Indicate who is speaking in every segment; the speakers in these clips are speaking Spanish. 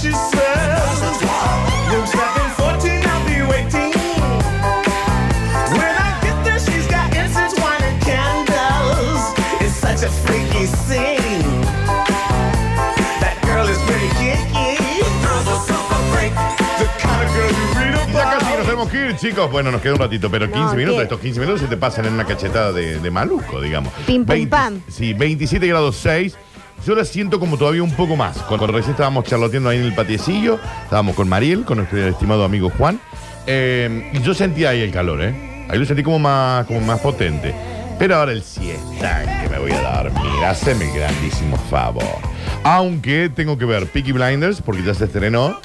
Speaker 1: she smells. Looks like I'm 14, I'll be waiting. When I get there, she's got incense, wine, and candles. It's such a freaky scene. That girl is pretty kinky. Girls are super freak. The kind of girl you read
Speaker 2: Y Ya casi que nos
Speaker 1: about.
Speaker 2: tenemos que ir, chicos. Bueno, nos queda un ratito, pero 15 minutos.
Speaker 3: ¿qué?
Speaker 2: Estos 15 minutos se te pasan en una cachetada de, de maluco, digamos.
Speaker 3: Pim, pum, pam.
Speaker 2: Sí, 27 grados 6. Yo la siento como todavía un poco más. Cuando recién estábamos charloteando ahí en el patiecillo, estábamos con Mariel, con nuestro estimado amigo Juan. eh, y yo sentí ahí el calor, ¿eh? Ahí lo sentí como más, como más potente. Pero ahora el siesta que me voy a dormir. Haceme el grandísimo favor. Aunque tengo que ver Peaky Blinders, porque ya se estrenó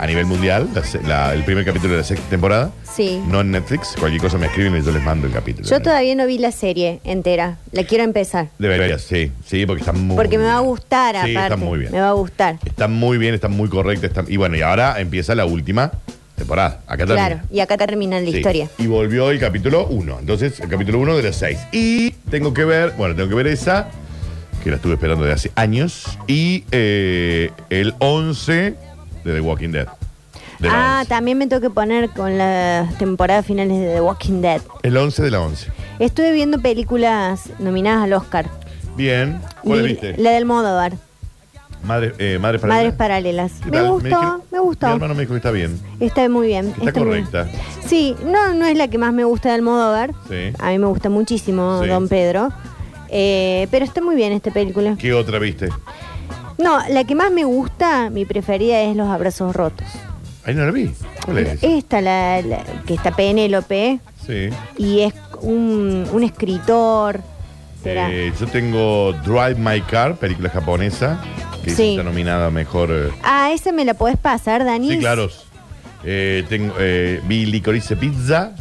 Speaker 2: a nivel mundial la se- la- el primer capítulo de la sexta temporada.
Speaker 3: Sí.
Speaker 2: No en Netflix. Cualquier cosa me escriben y yo les mando el capítulo.
Speaker 3: Yo todavía no vi la serie entera. La quiero empezar.
Speaker 2: Debería, sí, sí, porque está muy
Speaker 3: Porque me va a
Speaker 2: bien.
Speaker 3: gustar,
Speaker 2: Sí,
Speaker 3: aparte.
Speaker 2: está muy bien.
Speaker 3: Me va a gustar.
Speaker 2: Está muy bien, está muy correcta. está- Y bueno, y ahora empieza la última temporada. Acá también.
Speaker 3: Claro. Y acá termina la historia.
Speaker 2: Y volvió el capítulo 1. Entonces, el capítulo 1 de las 6. Y tengo que ver, bueno, tengo que ver esa, que la estuve esperando de hace años. Y eh, el 11 de The Walking Dead. De la
Speaker 3: ah,
Speaker 2: 11.
Speaker 3: también me tengo que poner con las temporadas finales de The Walking Dead.
Speaker 2: El 11 de la 11.
Speaker 3: Estuve viendo películas nominadas al Oscar.
Speaker 2: Bien. ¿Cuál
Speaker 3: Vi-
Speaker 2: viste?
Speaker 3: La del Modóvar.
Speaker 2: Madre, eh, Madres
Speaker 3: Madres
Speaker 2: Paralelas.
Speaker 3: Paralelas.
Speaker 2: ¿Qué
Speaker 3: Me
Speaker 2: tal?
Speaker 3: gustó,
Speaker 2: dijeron-
Speaker 3: me gustó.
Speaker 2: Mi hermano me dijo que está bien.
Speaker 3: Está muy bien.
Speaker 2: Está
Speaker 3: muy bien.
Speaker 2: correcta.
Speaker 3: Sí, no, no es la que más me gusta de Almodóvar.
Speaker 2: Sí.
Speaker 3: A mí me gusta muchísimo
Speaker 2: Sí.
Speaker 3: Don Pedro. Eh, pero está muy bien esta película.
Speaker 2: ¿Qué otra viste?
Speaker 3: No, la que más me gusta, mi preferida es Los Abrazos Rotos.
Speaker 2: Ahí no la vi. ¿Cuál es?
Speaker 3: Esta, la, la- que está Penélope,
Speaker 2: Sí.
Speaker 3: y es un, un escritor. Será.
Speaker 2: Eh, yo tengo Drive My Car, película japonesa, que
Speaker 3: Sí.
Speaker 2: está nominada a mejor. eh,
Speaker 3: Ah, esa me la podés pasar, Dani.
Speaker 2: Sí, claro. Eh, tengo, eh, vi Licorice Pizza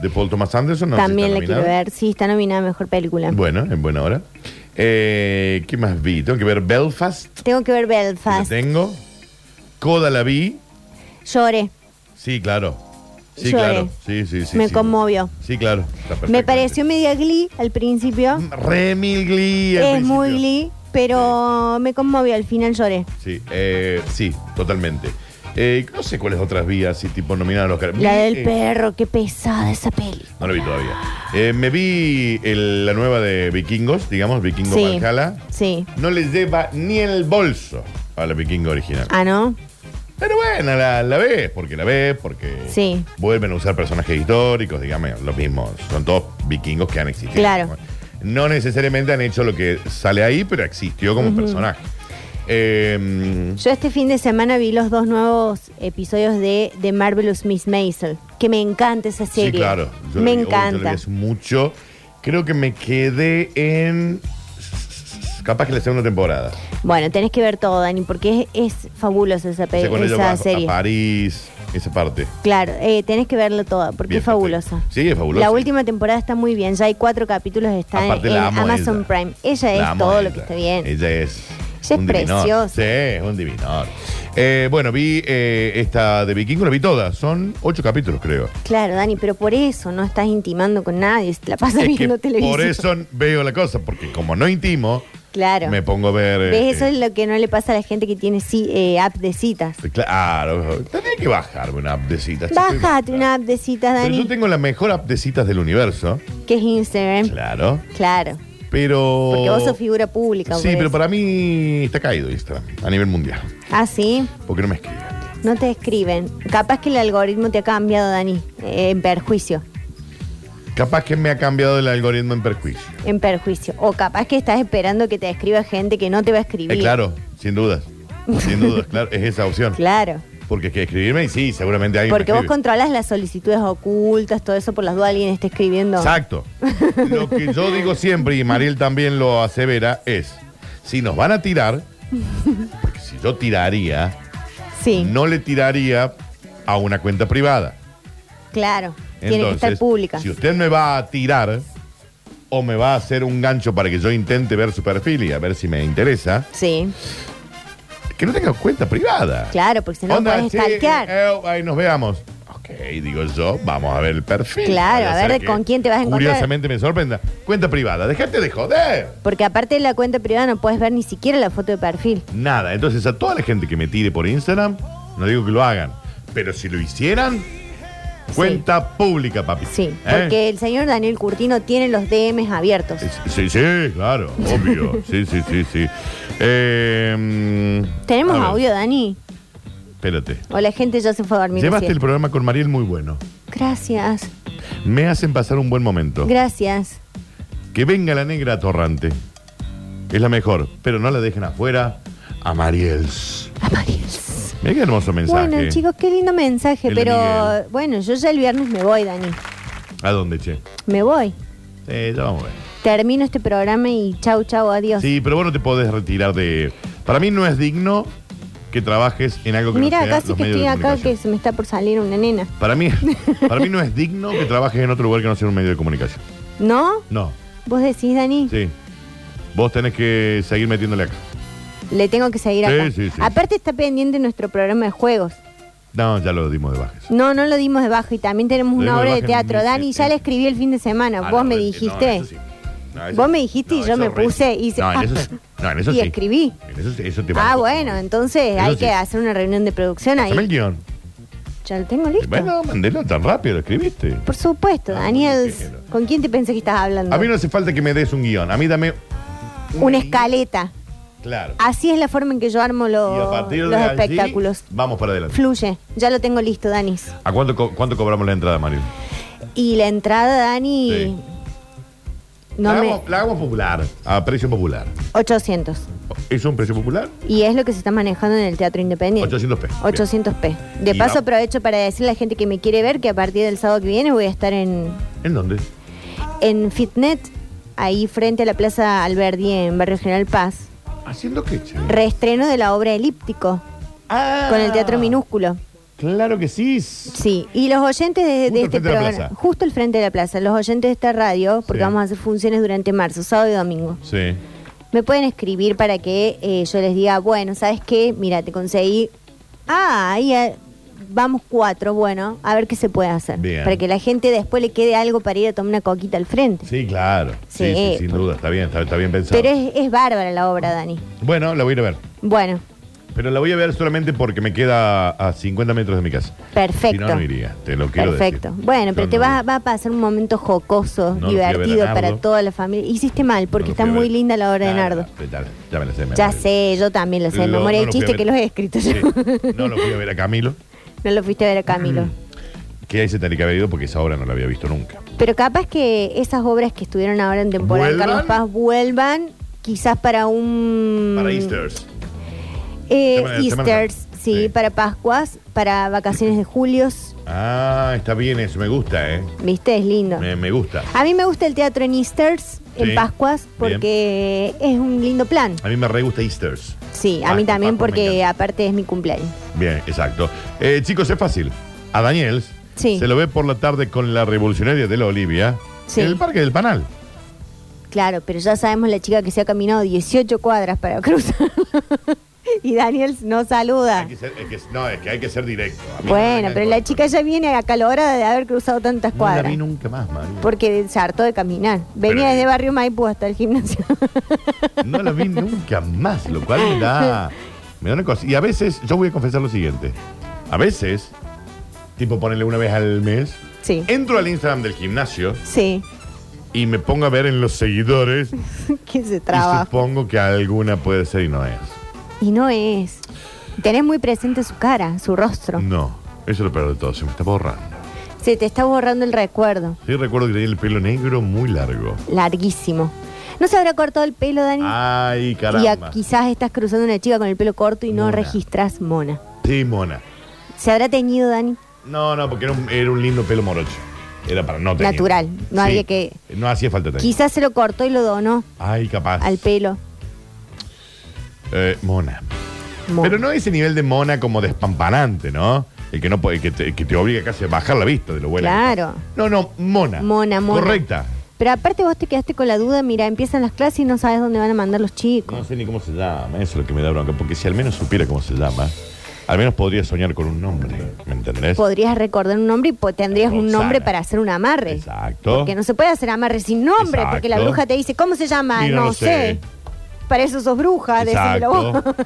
Speaker 2: de Paul Thomas Anderson. no sé si
Speaker 3: También
Speaker 2: está
Speaker 3: la quiero
Speaker 2: nominada.
Speaker 3: ver. Sí, está nominada a Mejor Película.
Speaker 2: Bueno, en buena hora. Eh, ¿Qué más vi? Tengo que ver Belfast. que
Speaker 3: Tengo que ver
Speaker 2: la
Speaker 3: Belfast.
Speaker 2: tengo. Coda la vi.
Speaker 3: Lloré.
Speaker 2: Sí, claro. Sí,
Speaker 3: Lloré.
Speaker 2: claro. Sí, sí, sí.
Speaker 3: Me
Speaker 2: sí.
Speaker 3: conmovió.
Speaker 2: Sí, claro. Está
Speaker 3: Me
Speaker 2: perfectamente.
Speaker 3: pareció media Glee al principio.
Speaker 2: Re mil Glee. al
Speaker 3: Es
Speaker 2: principio.
Speaker 3: muy Glee, pero me conmovió. Al final lloré.
Speaker 2: Sí, eh, sí, totalmente. Eh, no sé cuáles otras vías, si tipo nominadas a los Oscar.
Speaker 3: La
Speaker 2: Vi,
Speaker 3: del
Speaker 2: eh,
Speaker 3: perro, qué pesada esa peli.
Speaker 2: No la vi todavía. Eh, me vi el- la nueva de Vikingos, digamos, Vikingo
Speaker 3: Sí.
Speaker 2: Valhalla.
Speaker 3: Sí.
Speaker 2: No le lleva ni el bolso a la Vikingo original.
Speaker 3: Ah, ¿no?
Speaker 2: Pero bueno, la, la ves, porque la ves, porque
Speaker 3: Sí.
Speaker 2: vuelven a usar personajes históricos, digamos, los mismos. Son todos vikingos que han existido.
Speaker 3: Claro.
Speaker 2: No necesariamente han hecho lo que sale ahí, pero existió como personaje. Eh,
Speaker 3: Yo este fin de semana vi los dos nuevos episodios de The Marvelous Miss Maisel, que me encanta esa serie.
Speaker 2: Sí, claro. Yo
Speaker 3: me
Speaker 2: la vi- oh, yo la vi
Speaker 3: encanta.
Speaker 2: hace mucho. Creo que me quedé en. Capaz que la segunda temporada.
Speaker 3: Bueno, tenés que ver todo, Dani, porque es, es fabulosa esa,
Speaker 2: O
Speaker 3: peli,
Speaker 2: sea, cuando ella va
Speaker 3: esa
Speaker 2: a-
Speaker 3: serie.
Speaker 2: a París, esa parte.
Speaker 3: Claro, eh, tenés que verla toda, porque
Speaker 2: Bien,
Speaker 3: es fabulosa.
Speaker 2: perfecto. Sí, es fabulosa.
Speaker 3: La última temporada está muy bien, ya hay cuatro capítulos, está
Speaker 2: Aparte,
Speaker 3: en
Speaker 2: la amo a
Speaker 3: Amazon
Speaker 2: ella.
Speaker 3: Prime. Ella
Speaker 2: La
Speaker 3: es
Speaker 2: amo
Speaker 3: todo
Speaker 2: a
Speaker 3: lo
Speaker 2: ella.
Speaker 3: que está bien.
Speaker 2: Ella es.
Speaker 3: Ella es
Speaker 2: un divinor.
Speaker 3: preciosa.
Speaker 2: Sí, es un divinor. Eh, bueno, vi eh, esta de Vikingo, la vi toda. Son ocho capítulos, creo.
Speaker 3: Claro, Dani, pero por eso no estás intimando con nadie, te la pasas
Speaker 2: Es que
Speaker 3: viendo televisión.
Speaker 2: por eso veo la cosa, porque como no intimo,
Speaker 3: Claro.
Speaker 2: me pongo a ver. eh,
Speaker 3: ¿Ves? Eso
Speaker 2: eh,
Speaker 3: es lo que no le pasa a la gente que tiene ci- eh, app de citas.
Speaker 2: Claro, tenía que bajarme una app de citas.
Speaker 3: Bájate una app de citas,
Speaker 2: Pero yo
Speaker 3: Dani,
Speaker 2: tengo la mejor app de citas del universo.
Speaker 3: que es Instagram.
Speaker 2: Claro.
Speaker 3: Claro.
Speaker 2: Pero.
Speaker 3: Em. Porque vos sos figura pública. pues.
Speaker 2: Sí,
Speaker 3: por
Speaker 2: pero
Speaker 3: eso.
Speaker 2: para mí está caído Instagram a nivel mundial.
Speaker 3: Ah, sí.
Speaker 2: Porque no me escriben.
Speaker 3: No te escriben. Capaz que el algoritmo te ha cambiado, Dani, eh, en perjuicio.
Speaker 2: Capaz que me ha cambiado el algoritmo en perjuicio.
Speaker 3: En perjuicio. O capaz que estás esperando que te escriba gente que no te va a escribir.
Speaker 2: Eh, claro, sin dudas. Sin dudas, claro, es esa opción.
Speaker 3: Claro.
Speaker 2: Porque es que escribirme y sí, seguramente alguien. me
Speaker 3: Porque vos
Speaker 2: escribe.
Speaker 3: controlas las solicitudes ocultas, todo eso por las dudas alguien está escribiendo.
Speaker 2: Exacto. Lo que yo digo siempre, y Mariel también lo asevera, es: si nos van a tirar, porque si yo tiraría,
Speaker 3: Sí.
Speaker 2: no le tiraría a una cuenta privada.
Speaker 3: Claro. Tiene que estar pública.
Speaker 2: Si usted me va a tirar o me va a hacer un gancho para que yo intente ver su perfil y a ver si me interesa,
Speaker 3: Sí.
Speaker 2: que no tenga cuenta privada.
Speaker 3: Claro, porque si no
Speaker 2: Onda,
Speaker 3: puedes
Speaker 2: che,
Speaker 3: stalkear.
Speaker 2: eh, ahí nos veamos. Ok, Ok, digo yo, vamos a ver el perfil.
Speaker 3: Claro,
Speaker 2: Vaya
Speaker 3: a ver
Speaker 2: ser
Speaker 3: de
Speaker 2: que
Speaker 3: con quién te vas a encontrar.
Speaker 2: Curiosamente me sorprenda. Cuenta privada, déjate de joder.
Speaker 3: Porque aparte de la cuenta privada no puedes ver ni siquiera la foto de perfil.
Speaker 2: Nada, entonces a toda la gente que me tire por Instagram, no digo que lo hagan, pero si lo hicieran, cuenta pública, papi.
Speaker 3: Sí,
Speaker 2: ¿Eh?
Speaker 3: porque el señor Daniel Curtino tiene los DMs abiertos.
Speaker 2: Sí, sí, claro, obvio. Sí, sí, sí, sí. Eh, mm,
Speaker 3: ¿Tenemos
Speaker 2: a ver,
Speaker 3: audio, Dani?
Speaker 2: Espérate.
Speaker 3: O la gente ya se fue a dormir.
Speaker 2: Llevaste el
Speaker 3: recién.
Speaker 2: programa con Mariel muy bueno.
Speaker 3: Gracias,
Speaker 2: Me hacen pasar un buen momento.
Speaker 3: gracias.
Speaker 2: Que venga la negra atorrante. Es la mejor, pero no la dejen afuera a Mariels.
Speaker 3: Amarillos.
Speaker 2: Mira qué hermoso mensaje.
Speaker 3: Bueno, chicos, qué lindo mensaje,
Speaker 2: El de
Speaker 3: pero
Speaker 2: Miguel.
Speaker 3: bueno, yo ya el viernes me voy, Dani.
Speaker 2: ¿A dónde, che?
Speaker 3: Me voy.
Speaker 2: Eh, ya vamos a ver.
Speaker 3: Termino este programa y chau, chau, adiós.
Speaker 2: Sí, pero vos no te podés retirar de... Para mí no es digno que trabajes en algo que
Speaker 3: Mira,
Speaker 2: no sea
Speaker 3: casi
Speaker 2: los
Speaker 3: que
Speaker 2: medios
Speaker 3: estoy
Speaker 2: de
Speaker 3: acá que
Speaker 2: comunicación.
Speaker 3: se me está por salir una nena.
Speaker 2: Para mí, para mí no es digno que trabajes en otro lugar que no sea un medio de comunicación.
Speaker 3: ¿No?
Speaker 2: No,
Speaker 3: ¿Vos decís, Dani?
Speaker 2: sí. Vos tenés que seguir metiéndole acá.
Speaker 3: Le tengo que seguir
Speaker 2: Sí,
Speaker 3: acá.
Speaker 2: sí, sí.
Speaker 3: Aparte está pendiente nuestro programa de juegos.
Speaker 2: No, ya lo dimos de bajes.
Speaker 3: No, no lo dimos debajo y también tenemos
Speaker 2: Lo
Speaker 3: una
Speaker 2: dimos
Speaker 3: obra de
Speaker 2: debajo en
Speaker 3: teatro.
Speaker 2: mil
Speaker 3: Dani, ya
Speaker 2: siete.
Speaker 3: la escribí el fin de semana.
Speaker 2: Ah,
Speaker 3: Vos
Speaker 2: no,
Speaker 3: me
Speaker 2: eh, no,
Speaker 3: dijiste.
Speaker 2: eso sí. No, eso-
Speaker 3: Vos me dijiste y
Speaker 2: no,
Speaker 3: yo
Speaker 2: eso
Speaker 3: me
Speaker 2: re-
Speaker 3: puse y hice-
Speaker 2: No, en eso, sí. No, en eso
Speaker 3: Y
Speaker 2: sí.
Speaker 3: escribí.
Speaker 2: En eso, sí, eso te
Speaker 3: Ah,
Speaker 2: banco.
Speaker 3: bueno, entonces
Speaker 2: Eso
Speaker 3: hay
Speaker 2: sí.
Speaker 3: que hacer una reunión de producción
Speaker 2: Haceme el
Speaker 3: ahí.
Speaker 2: guión.
Speaker 3: Ya lo tengo listo.
Speaker 2: Bueno, mandelo tan rápido, lo escribiste.
Speaker 3: Por supuesto,
Speaker 2: Ah,
Speaker 3: Daniel.
Speaker 2: muy bien.
Speaker 3: ¿Con quién te pensé que estás hablando?
Speaker 2: A mí no hace falta que me des un guión. A mí dame.
Speaker 3: Una escaleta.
Speaker 2: Claro.
Speaker 3: Así es la forma en que yo armo
Speaker 2: y a
Speaker 3: los-
Speaker 2: partir de
Speaker 3: los
Speaker 2: allí,
Speaker 3: espectáculos.
Speaker 2: Vamos para adelante.
Speaker 3: Fluye. Ya lo tengo listo, Danis.
Speaker 2: ¿A cuánto, co- cuánto cobramos la entrada, Mario?
Speaker 3: Y la entrada, Dani.
Speaker 2: Sí.
Speaker 3: No
Speaker 2: la,
Speaker 3: me.
Speaker 2: hagamos, la hagamos popular, a precio popular.
Speaker 3: 800.
Speaker 2: ¿Es un precio popular?
Speaker 3: Y es lo que se está manejando en el Teatro Independiente.
Speaker 2: 800 pesos.
Speaker 3: 800 p. De
Speaker 2: Y
Speaker 3: paso
Speaker 2: va-
Speaker 3: aprovecho para decirle a la gente que me quiere ver que a partir del sábado que viene voy a estar en,
Speaker 2: ¿En dónde?
Speaker 3: en Fitnet, ahí frente a la Plaza Alberdi en Barrio General Paz.
Speaker 2: ¿Haciendo qué, che?
Speaker 3: Reestreno de la obra Elíptico
Speaker 2: Ah,
Speaker 3: con el Teatro Minúsculo.
Speaker 2: Claro que sí.
Speaker 3: Sí, y los oyentes de, de
Speaker 2: Justo al
Speaker 3: este
Speaker 2: frente de la plaza.
Speaker 3: justo al frente de la plaza, los oyentes de esta radio, porque
Speaker 2: Sí.
Speaker 3: vamos a hacer funciones durante marzo, sábado y domingo.
Speaker 2: Sí.
Speaker 3: Me pueden escribir para que eh, yo les diga, bueno, ¿sabes qué? Mira, te conseguí. Ah, ahí eh, vamos cuatro, bueno, a ver qué se puede hacer.
Speaker 2: Bien.
Speaker 3: Para que la gente después le quede algo para ir a tomar una coquita al frente.
Speaker 2: Sí, claro. Sí,
Speaker 3: Sí.
Speaker 2: sí, sin duda, está bien, está, está bien pensado.
Speaker 3: Pero es, es bárbara la obra, Dani.
Speaker 2: Bueno, la voy a ir a ver.
Speaker 3: Bueno,
Speaker 2: Pero la voy a ver solamente porque me queda a 50 metros de mi casa. Si
Speaker 3: perfecto.
Speaker 2: no, no iría, te lo quiero
Speaker 3: Perfecto.
Speaker 2: decir.
Speaker 3: Bueno, pero
Speaker 2: Yo
Speaker 3: te
Speaker 2: no-
Speaker 3: va, va a pasar un momento jocoso,
Speaker 2: No lo fui a ver a
Speaker 3: divertido para
Speaker 2: Nardo.
Speaker 3: toda la familia. Hiciste mal,
Speaker 2: no
Speaker 3: porque
Speaker 2: lo
Speaker 3: está
Speaker 2: fui a
Speaker 3: muy
Speaker 2: ver.
Speaker 3: linda la obra de
Speaker 2: Ah,
Speaker 3: Nardo.
Speaker 2: no, ya, ya me la sé. de
Speaker 3: Ya
Speaker 2: memoria.
Speaker 3: sé, yo también lo sé. de
Speaker 2: Lo-
Speaker 3: memoria
Speaker 2: no
Speaker 3: el
Speaker 2: lo fui a
Speaker 3: chiste
Speaker 2: ver.
Speaker 3: que los he escrito yo.
Speaker 2: Sí, No lo fui a ver a Camilo,
Speaker 3: no lo fuiste a ver a Camilo.
Speaker 2: que ahí se tendría que haber ido porque esa obra no la había visto nunca.
Speaker 3: Pero capaz que esas obras que estuvieron ahora en temporada de
Speaker 2: ¿Vuelvan?
Speaker 3: Carlos Paz vuelvan quizás para un...
Speaker 2: Para Easters.
Speaker 3: Eh,
Speaker 2: Semana-
Speaker 3: Easters,
Speaker 2: Semana-
Speaker 3: sí,
Speaker 2: sí.
Speaker 3: para Pascuas, para vacaciones de julios.
Speaker 2: Ah, está bien eso, me gusta, ¿eh?
Speaker 3: ¿Viste? Es lindo.
Speaker 2: Me, me gusta.
Speaker 3: A mí me gusta el teatro en Easters, en
Speaker 2: Sí,
Speaker 3: Pascuas, porque es un lindo plan.
Speaker 2: A mí me re gusta Easters.
Speaker 3: Sí, a mí
Speaker 2: Pascua,
Speaker 3: también
Speaker 2: Pascua, me
Speaker 3: porque
Speaker 2: encanta.
Speaker 3: aparte es mi cumpleaños.
Speaker 2: Bien, exacto. Eh, chicos, es fácil. A Daniels
Speaker 3: Sí.
Speaker 2: se lo ve por la tarde con la revolucionaria de la Olivia
Speaker 3: Sí.
Speaker 2: en el Parque del Panal.
Speaker 3: Claro, pero ya sabemos la chica que se ha caminado 18 cuadras para cruzar. y Daniel no saluda.
Speaker 2: Hay que ser- es que- no, es que hay que ser directo. A mí no me
Speaker 3: Ah. Bueno,
Speaker 2: vengan
Speaker 3: pero
Speaker 2: con-
Speaker 3: la chica ya viene acalorada de haber cruzado tantas
Speaker 2: No la
Speaker 3: cuadras.
Speaker 2: vi nunca más, María.
Speaker 3: Porque se hartó de caminar. Venía
Speaker 2: Pero-
Speaker 3: desde Barrio Maipú hasta el gimnasio.
Speaker 2: No la vi nunca más, lo cual me da, me da una cosa. Y a veces, yo voy a confesar lo siguiente. A veces, tipo ponerle una vez al mes,
Speaker 3: sí.
Speaker 2: entro al Instagram del gimnasio
Speaker 3: Sí.
Speaker 2: y me pongo a ver en los seguidores
Speaker 3: que se
Speaker 2: y
Speaker 3: trabaja.
Speaker 2: supongo que alguna puede ser y no es.
Speaker 3: Y no es. Tenés muy presente su cara, su rostro.
Speaker 2: No, eso es lo peor de todo, se me está borrando.
Speaker 3: Se te está borrando el recuerdo.
Speaker 2: Sí recuerdo que tenía el pelo negro muy largo.
Speaker 3: Larguísimo. ¿No se habrá cortado el pelo, Dani?
Speaker 2: Ay,
Speaker 3: y a-
Speaker 2: Ah, caramba.
Speaker 3: quizás estás cruzando una chica con el pelo corto y no
Speaker 2: Mona.
Speaker 3: registras mona.
Speaker 2: Sí, mona.
Speaker 3: ¿Se habrá teñido, Dani?
Speaker 2: No, no, porque era un, era un lindo pelo morocho. Era para no tener.
Speaker 3: Natural, no había que-
Speaker 2: No hacía falta tener.
Speaker 3: Quizás se lo cortó y lo donó
Speaker 2: Ay, capaz.
Speaker 3: al pelo.
Speaker 2: Eh, mona.
Speaker 3: Mona.
Speaker 2: Pero no ese nivel de mona como despampanante, ¿no? El que no puede, que te, que te obliga casi a bajar la vista de lo bueno. que
Speaker 3: Claro.
Speaker 2: está. No, no, mona.
Speaker 3: Mona, mona.
Speaker 2: Correcta.
Speaker 3: Pero aparte vos te quedaste con la duda, mira, empiezan las clases y no sabes dónde van a mandar los chicos.
Speaker 2: No sé ni cómo se llama, eso es lo que me da bronca, porque si al menos supiera cómo se llama, Al menos podría soñar con un nombre, ¿me entendés?
Speaker 3: Podrías recordar un nombre y po- tendrías un
Speaker 2: Roxana.
Speaker 3: nombre para hacer un amarre.
Speaker 2: Exacto.
Speaker 3: Porque no se puede hacer amarre sin nombre, porque la
Speaker 2: Exacto.
Speaker 3: bruja te dice, ¿cómo se llama?
Speaker 2: Mira,
Speaker 3: no
Speaker 2: no sé.
Speaker 3: sé. Para eso sos bruja, decímelo vos.
Speaker 2: Exacto.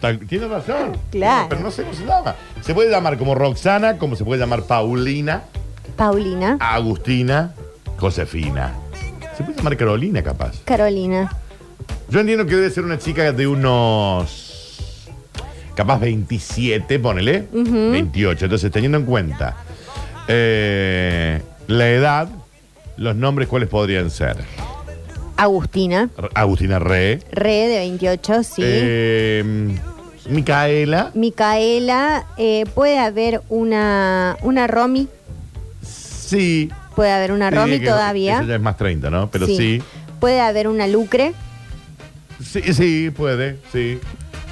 Speaker 2: Ta- Tienes razón.
Speaker 3: Claro.
Speaker 2: Pero no sé cómo se llama. Se puede llamar como Roxana, como se puede llamar Paulina,
Speaker 3: Paulina,
Speaker 2: Agustina, Josefina. Se puede llamar Carolina, capaz.
Speaker 3: Carolina.
Speaker 2: Yo entiendo que debe ser una chica de unos. capaz 27, ponele. 28. Entonces, teniendo en cuenta eh, la edad, los nombres, ¿cuáles podrían ser?
Speaker 3: Agustina,
Speaker 2: R- Agustina Re.
Speaker 3: re de 28, sí.
Speaker 2: eh, Micaela.
Speaker 3: Micaela, eh, puede haber una, una Romy,
Speaker 2: Sí.
Speaker 3: puede haber una
Speaker 2: Sí,
Speaker 3: Romy
Speaker 2: que
Speaker 3: todavía.
Speaker 2: Eso ya es más 30, ¿no? Pero sí.
Speaker 3: Puede haber una Lucre,
Speaker 2: Sí, sí, puede, sí.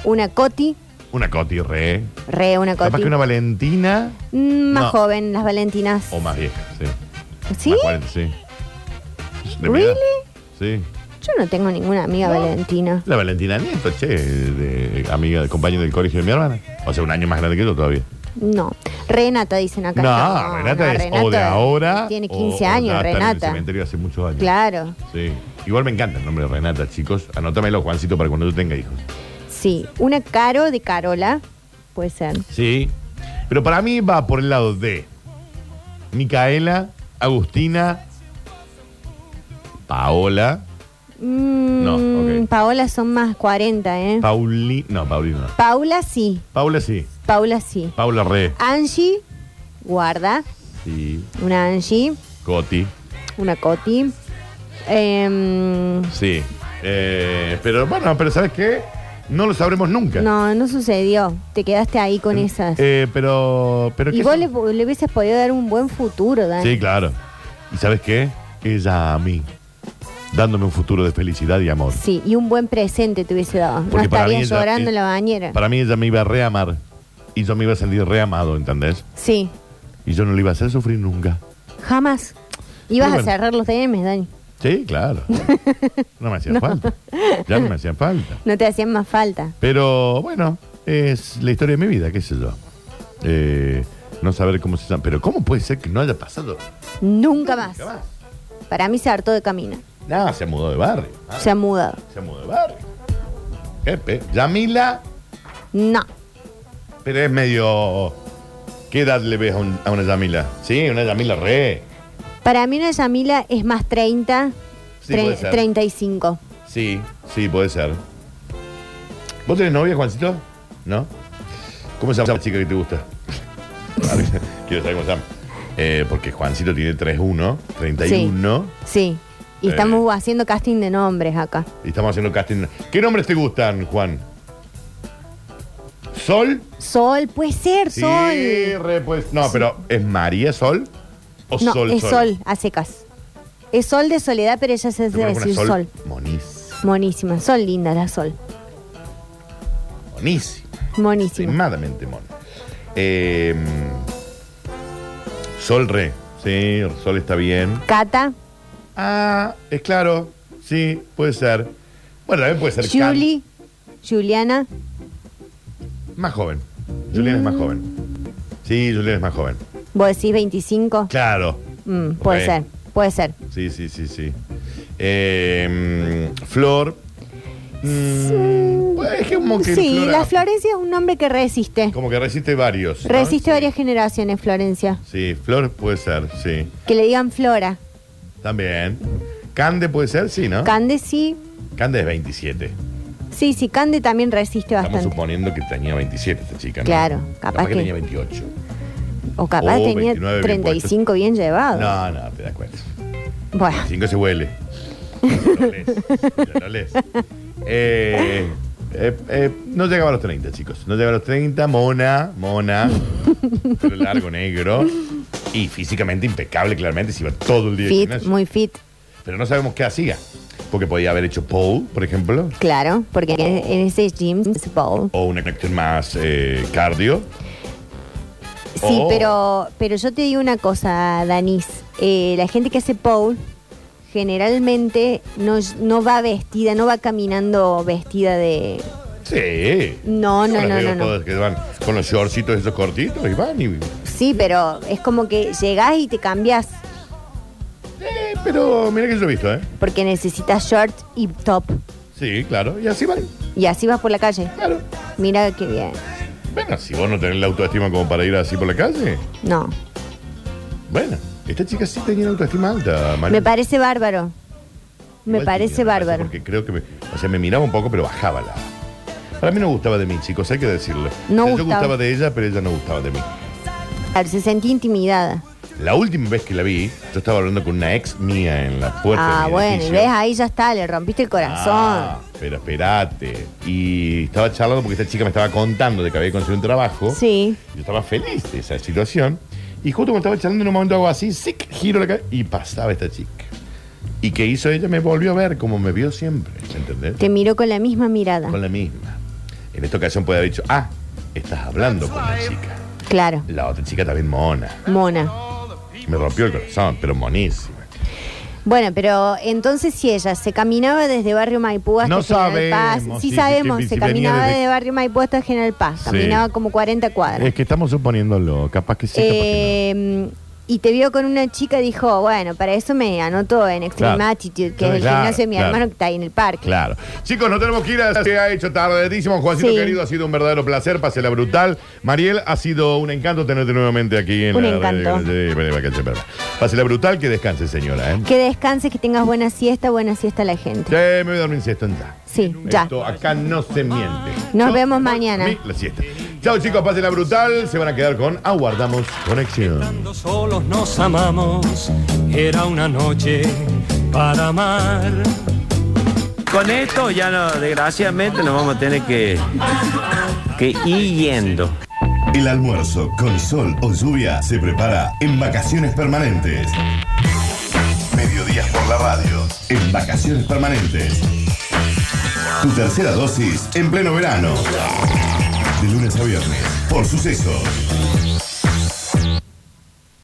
Speaker 3: una Coti,
Speaker 2: Una Coti Re.
Speaker 3: re una
Speaker 2: Capaz
Speaker 3: Coti.
Speaker 2: que una Valentina
Speaker 3: Mm, Más
Speaker 2: No.
Speaker 3: joven, las Valentinas.
Speaker 2: o más vieja, sí.
Speaker 3: ¿Sí?
Speaker 2: Más 40, sí. De mi
Speaker 3: ¿Really?
Speaker 2: edad. Sí.
Speaker 3: Yo no tengo ninguna amiga
Speaker 2: No.
Speaker 3: Valentina.
Speaker 2: La Valentina Nieto, che, de- amiga, compañera del colegio de mi hermana. O sea, un año más grande que yo todavía.
Speaker 3: No. Renata dicen acá.
Speaker 2: No, Renata
Speaker 3: no,
Speaker 2: es o de ahora.
Speaker 3: Tiene
Speaker 2: o-
Speaker 3: 15
Speaker 2: o ya
Speaker 3: años,
Speaker 2: está en el
Speaker 3: Renata.
Speaker 2: cementerio hace muchos años.
Speaker 3: Claro,
Speaker 2: Sí. Igual me encanta el nombre de Renata, chicos. Anótamelo, Juancito, para cuando yo tenga hijos.
Speaker 3: sí. Una Caro de Carola, puede ser.
Speaker 2: Sí. Pero para mí va por el lado de Micaela, Agustina, Paola,
Speaker 3: Mm,
Speaker 2: No, ok.
Speaker 3: Paola son más 40, ¿eh?
Speaker 2: Pauli. No, Paulina. no.
Speaker 3: Paula sí,
Speaker 2: Paula sí.
Speaker 3: Paula sí.
Speaker 2: Paula Re.
Speaker 3: Angie, guarda,
Speaker 2: Sí.
Speaker 3: una Angie,
Speaker 2: Coti.
Speaker 3: una Coti. Em,
Speaker 2: Sí. Eh, pero bueno, pero ¿sabes qué? No lo sabremos nunca.
Speaker 3: no, no sucedió. Te quedaste ahí con esas.
Speaker 2: Eh, pero. pero
Speaker 3: y
Speaker 2: ¿qué
Speaker 3: vos
Speaker 2: son?
Speaker 3: le, le hubieses podido dar un buen futuro, Dani.
Speaker 2: Sí, claro. ¿Y sabes qué? Ella a mí. Dándome un futuro de felicidad y amor.
Speaker 3: Sí, y un buen presente te hubiese dado.
Speaker 2: Porque
Speaker 3: no
Speaker 2: para mí
Speaker 3: estarías
Speaker 2: ella
Speaker 3: llorando
Speaker 2: es-
Speaker 3: en la bañera.
Speaker 2: Para mí ella me iba a reamar. Y yo me iba a sentir reamado, ¿entendés?
Speaker 3: Sí,
Speaker 2: Y yo no le iba a hacer sufrir nunca.
Speaker 3: jamás.
Speaker 2: Pero
Speaker 3: Ibas
Speaker 2: bueno.
Speaker 3: a cerrar los DMs, Dani.
Speaker 2: Sí, claro. No me hacía falta. Ya no me hacía falta.
Speaker 3: No te hacían más falta.
Speaker 2: Pero bueno, es la historia de mi vida, qué sé yo. Eh, no saber cómo se llama. Pero ¿cómo puede ser que no haya pasado?
Speaker 3: Nunca más.
Speaker 2: Nunca más.
Speaker 3: Para mí se hartó de caminar.
Speaker 2: Nada, se mudó de barrio. Ah,
Speaker 3: Se ha mudado.
Speaker 2: Se mudó de barrio. Qué pe- Yamila,
Speaker 3: No.
Speaker 2: pero es medio. ¿Qué edad le ves a, un- a una Yamila? Sí, una Yamila re.
Speaker 3: Para mí una Yamila es más 30,
Speaker 2: Sí,
Speaker 3: tre-
Speaker 2: puede ser.
Speaker 3: 35.
Speaker 2: Sí, sí, puede ser. ¿Vos tenés novia, Juancito? ¿No? ¿Cómo se llama la chica que te gusta? Quiero saber cómo se llama. Eh, porque Juancito tiene 3-1, 31.
Speaker 3: Sí. Y
Speaker 2: Eh.
Speaker 3: estamos haciendo casting de nombres acá.
Speaker 2: Y estamos haciendo casting. ¿Qué nombres te gustan, Juan? ¿Sol?
Speaker 3: Sol, puede ser, Sol.
Speaker 2: Sí, re, pues. No, pero ¿es María Sol? ¿O
Speaker 3: no,
Speaker 2: Sol
Speaker 3: es sol, a secas. Es sol de soledad, pero ella se hace
Speaker 2: ¿Te pones una
Speaker 3: decir sol?
Speaker 2: sol? Monís.
Speaker 3: Monísima. Son lindas las sol.
Speaker 2: Monís.
Speaker 3: Monísima.
Speaker 2: Extremadamente mono. Eh, sol re. Sí, sol está bien.
Speaker 3: Cata,
Speaker 2: Ah, es claro. Sí, puede ser. Bueno, también puede ser Can.
Speaker 3: Julie, Juliana,
Speaker 2: Más joven. Julián
Speaker 3: Mm.
Speaker 2: es más joven. Sí, Julián es más joven.
Speaker 3: vos decís 25.
Speaker 2: Claro.
Speaker 3: Mm, puede
Speaker 2: Ok.
Speaker 3: ser, puede ser.
Speaker 2: Sí, sí, sí, sí. Eh, mm, Flor. Mm, bueno, es que como que
Speaker 3: Sí,
Speaker 2: Flor-
Speaker 3: la Florencia es un nombre que resiste.
Speaker 2: Como que resiste varios. ¿no?
Speaker 3: Resiste
Speaker 2: Sí.
Speaker 3: varias generaciones, Florencia.
Speaker 2: Sí, Flor puede ser, sí.
Speaker 3: Que le digan Flora.
Speaker 2: También. Cande puede ser, sí, ¿no?
Speaker 3: Cande sí.
Speaker 2: Cande es 27.
Speaker 3: Sí, sí, Cande también resiste
Speaker 2: Estamos
Speaker 3: bastante.
Speaker 2: suponiendo que tenía 27 esta chica, ¿no?
Speaker 3: Claro, capaz
Speaker 2: que,
Speaker 3: que-
Speaker 2: tenía 28.
Speaker 3: O capaz
Speaker 2: Oh,
Speaker 3: tenía
Speaker 2: 29 bien
Speaker 3: 35 bien llevado.
Speaker 2: No, no, te das cuenta.
Speaker 3: Bueno,
Speaker 2: 5 se huele. Ya lo lees, ya lo lees. Eh, eh, eh, no llegaba a los 30, chicos. No llegaba a los 30. Mona, mona. Pero largo, negro. Y físicamente impecable, claramente. Se iba todo el día al
Speaker 3: fit,
Speaker 2: gimnasio.
Speaker 3: muy fit.
Speaker 2: Pero no sabemos qué hacía. Porque podía haber hecho pole, por ejemplo.
Speaker 3: Claro, porque en, en ese gym es bowl.
Speaker 2: O una cuestión más eh, cardio.
Speaker 3: Sí,
Speaker 2: Oh.
Speaker 3: pero, pero yo te digo una cosa, Danis. Eh, la gente que hace pole generalmente no, no va vestida, no va caminando vestida de,
Speaker 2: Sí.
Speaker 3: No,
Speaker 2: Yo
Speaker 3: no,
Speaker 2: las
Speaker 3: no,
Speaker 2: veo
Speaker 3: no, no.
Speaker 2: todas que van con los shortcitos esos cortitos y van y.
Speaker 3: Sí, pero es como que llegás y te cambias
Speaker 2: Eh, pero mira que yo he visto, ¿eh?
Speaker 3: porque necesitas short y top.
Speaker 2: Sí, claro. Y así van.
Speaker 3: Y así vas por la calle.
Speaker 2: Claro.
Speaker 3: Mira qué bien.
Speaker 2: Bueno, si vos no tenés la autoestima como para ir así por la calle,
Speaker 3: No.
Speaker 2: bueno. Esta chica sí tenía una autoestima alta, María.
Speaker 3: Me parece bárbaro. Me
Speaker 2: Igual
Speaker 3: parece
Speaker 2: tenía,
Speaker 3: bárbaro.
Speaker 2: Porque creo que me, o sea, me miraba un poco, pero bajaba la. Para mí no gustaba de mí, chicos, hay que decirlo.
Speaker 3: No
Speaker 2: O sea, Yo
Speaker 3: gustaba.
Speaker 2: gustaba de ella, pero ella no gustaba de mí.
Speaker 3: Claro, Se sentía intimidada.
Speaker 2: La última vez que la vi, yo estaba hablando con una ex mía en la puerta
Speaker 3: Ah,
Speaker 2: de mi
Speaker 3: bueno, y
Speaker 2: edificio.
Speaker 3: ves, ahí ya está, le rompiste el corazón.
Speaker 2: Ah, pero espérate. Y estaba charlando porque esta chica me estaba contando de que había conseguido un trabajo.
Speaker 3: Sí.
Speaker 2: Yo estaba feliz de esa situación. Y justo cuando estaba charlando en un momento hago así, sic, giro la cara y pasaba esta chica. Y que hizo ella, me volvió a ver como me vio siempre, ¿entendés?
Speaker 3: Te miró con la misma mirada.
Speaker 2: Con la misma. En esta ocasión puede haber dicho, ah, estás hablando con la chica.
Speaker 3: Claro,
Speaker 2: La otra chica también mona.
Speaker 3: mona.
Speaker 2: Me rompió el corazón, pero monísima.
Speaker 3: Bueno, pero entonces si ella se caminaba desde Barrio Maipú hasta
Speaker 2: No
Speaker 3: General
Speaker 2: sabemos,
Speaker 3: Paz. Sí,
Speaker 2: sí,
Speaker 3: sabemos,
Speaker 2: sí, sí,
Speaker 3: se
Speaker 2: venía
Speaker 3: caminaba
Speaker 2: desde-
Speaker 3: desde Barrio Maipú hasta General Paz.
Speaker 2: Sí.
Speaker 3: Caminaba como 40 cuadras.
Speaker 2: que estamos suponiéndolo, capaz que
Speaker 3: Eh, Y te vio con una chica y dijo, bueno, para eso me anoto en Extreme
Speaker 2: Claro.
Speaker 3: Attitude, que es el
Speaker 2: Claro,
Speaker 3: gimnasio de mi
Speaker 2: claro.
Speaker 3: hermano que está ahí en el parque.
Speaker 2: Claro. Chicos, no tenemos que ir, se ha hecho tardísimo. Juancito
Speaker 3: Sí.
Speaker 2: querido, ha sido un verdadero placer, pásela brutal. Mariel, ha sido un encanto tenerte nuevamente aquí en
Speaker 3: Un
Speaker 2: la
Speaker 3: encanto.
Speaker 2: radio. Sí, vení, vení, vení, vení. Pásela brutal, que descanse, señora. ¿eh?
Speaker 3: Que descanses, que tengas buena siesta, buena siesta a la gente.
Speaker 2: Sí, eh, me voy a dormir siesta ya.
Speaker 3: Sí, ya.
Speaker 2: Esto acá no se miente.
Speaker 3: Nos
Speaker 2: Yo
Speaker 3: vemos
Speaker 2: voy
Speaker 3: mañana.
Speaker 2: a dormir La siesta. Chao chicos, pásenla brutal. Se van a quedar con Aguardamos Conexión.
Speaker 4: Cuando solos nos amamos, era una noche para amar.
Speaker 5: Con esto ya no, desgraciadamente nos vamos a tener que, que ir yendo.
Speaker 6: El almuerzo con sol o lluvia se prepara en vacaciones permanentes. Mediodías por la radio. En vacaciones permanentes. Tu tercera dosis en pleno verano. De lunes a viernes. Por sucesos.